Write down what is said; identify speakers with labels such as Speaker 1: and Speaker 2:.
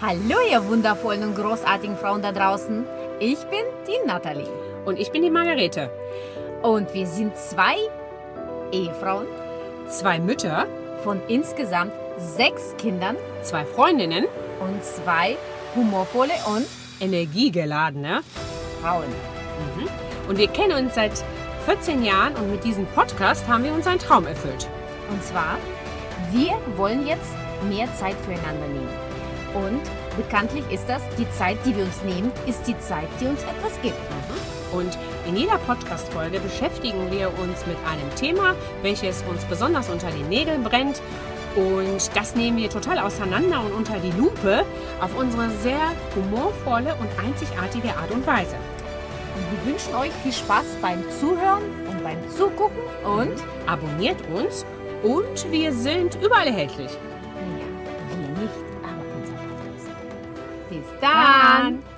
Speaker 1: Hallo, ihr wundervollen und großartigen Frauen da draußen. Ich bin die Natalie.
Speaker 2: Und ich bin die Margarete.
Speaker 1: Und wir sind zwei Ehefrauen
Speaker 2: Zwei Mütter,
Speaker 1: von insgesamt sechs Kindern
Speaker 2: zwei Freundinnen,
Speaker 1: und zwei humorvolle und
Speaker 2: energiegeladene.
Speaker 1: Frauen.
Speaker 2: ne? Und wir kennen uns seit 14 Jahren und mit diesem Podcast haben wir uns einen Traum erfüllt.
Speaker 1: Und zwar, wir wollen jetzt mehr Zeit füreinander nehmen. Und bekanntlich ist das, die Zeit, die wir uns nehmen, ist die Zeit, die uns etwas gibt.
Speaker 2: Und in jeder Podcast-Folge beschäftigen wir uns mit einem Thema, welches uns besonders unter den Nägeln brennt. Und das nehmen wir total auseinander und unter die Lupe auf unsere sehr humorvolle und einzigartige Art und Weise.
Speaker 1: Und wir wünschen euch viel Spaß beim Zuhören und beim Zugucken und
Speaker 2: Abonniert uns und wir sind überall erhältlich.
Speaker 1: Naja, wir nicht, aber unser Podcast. Bis dann.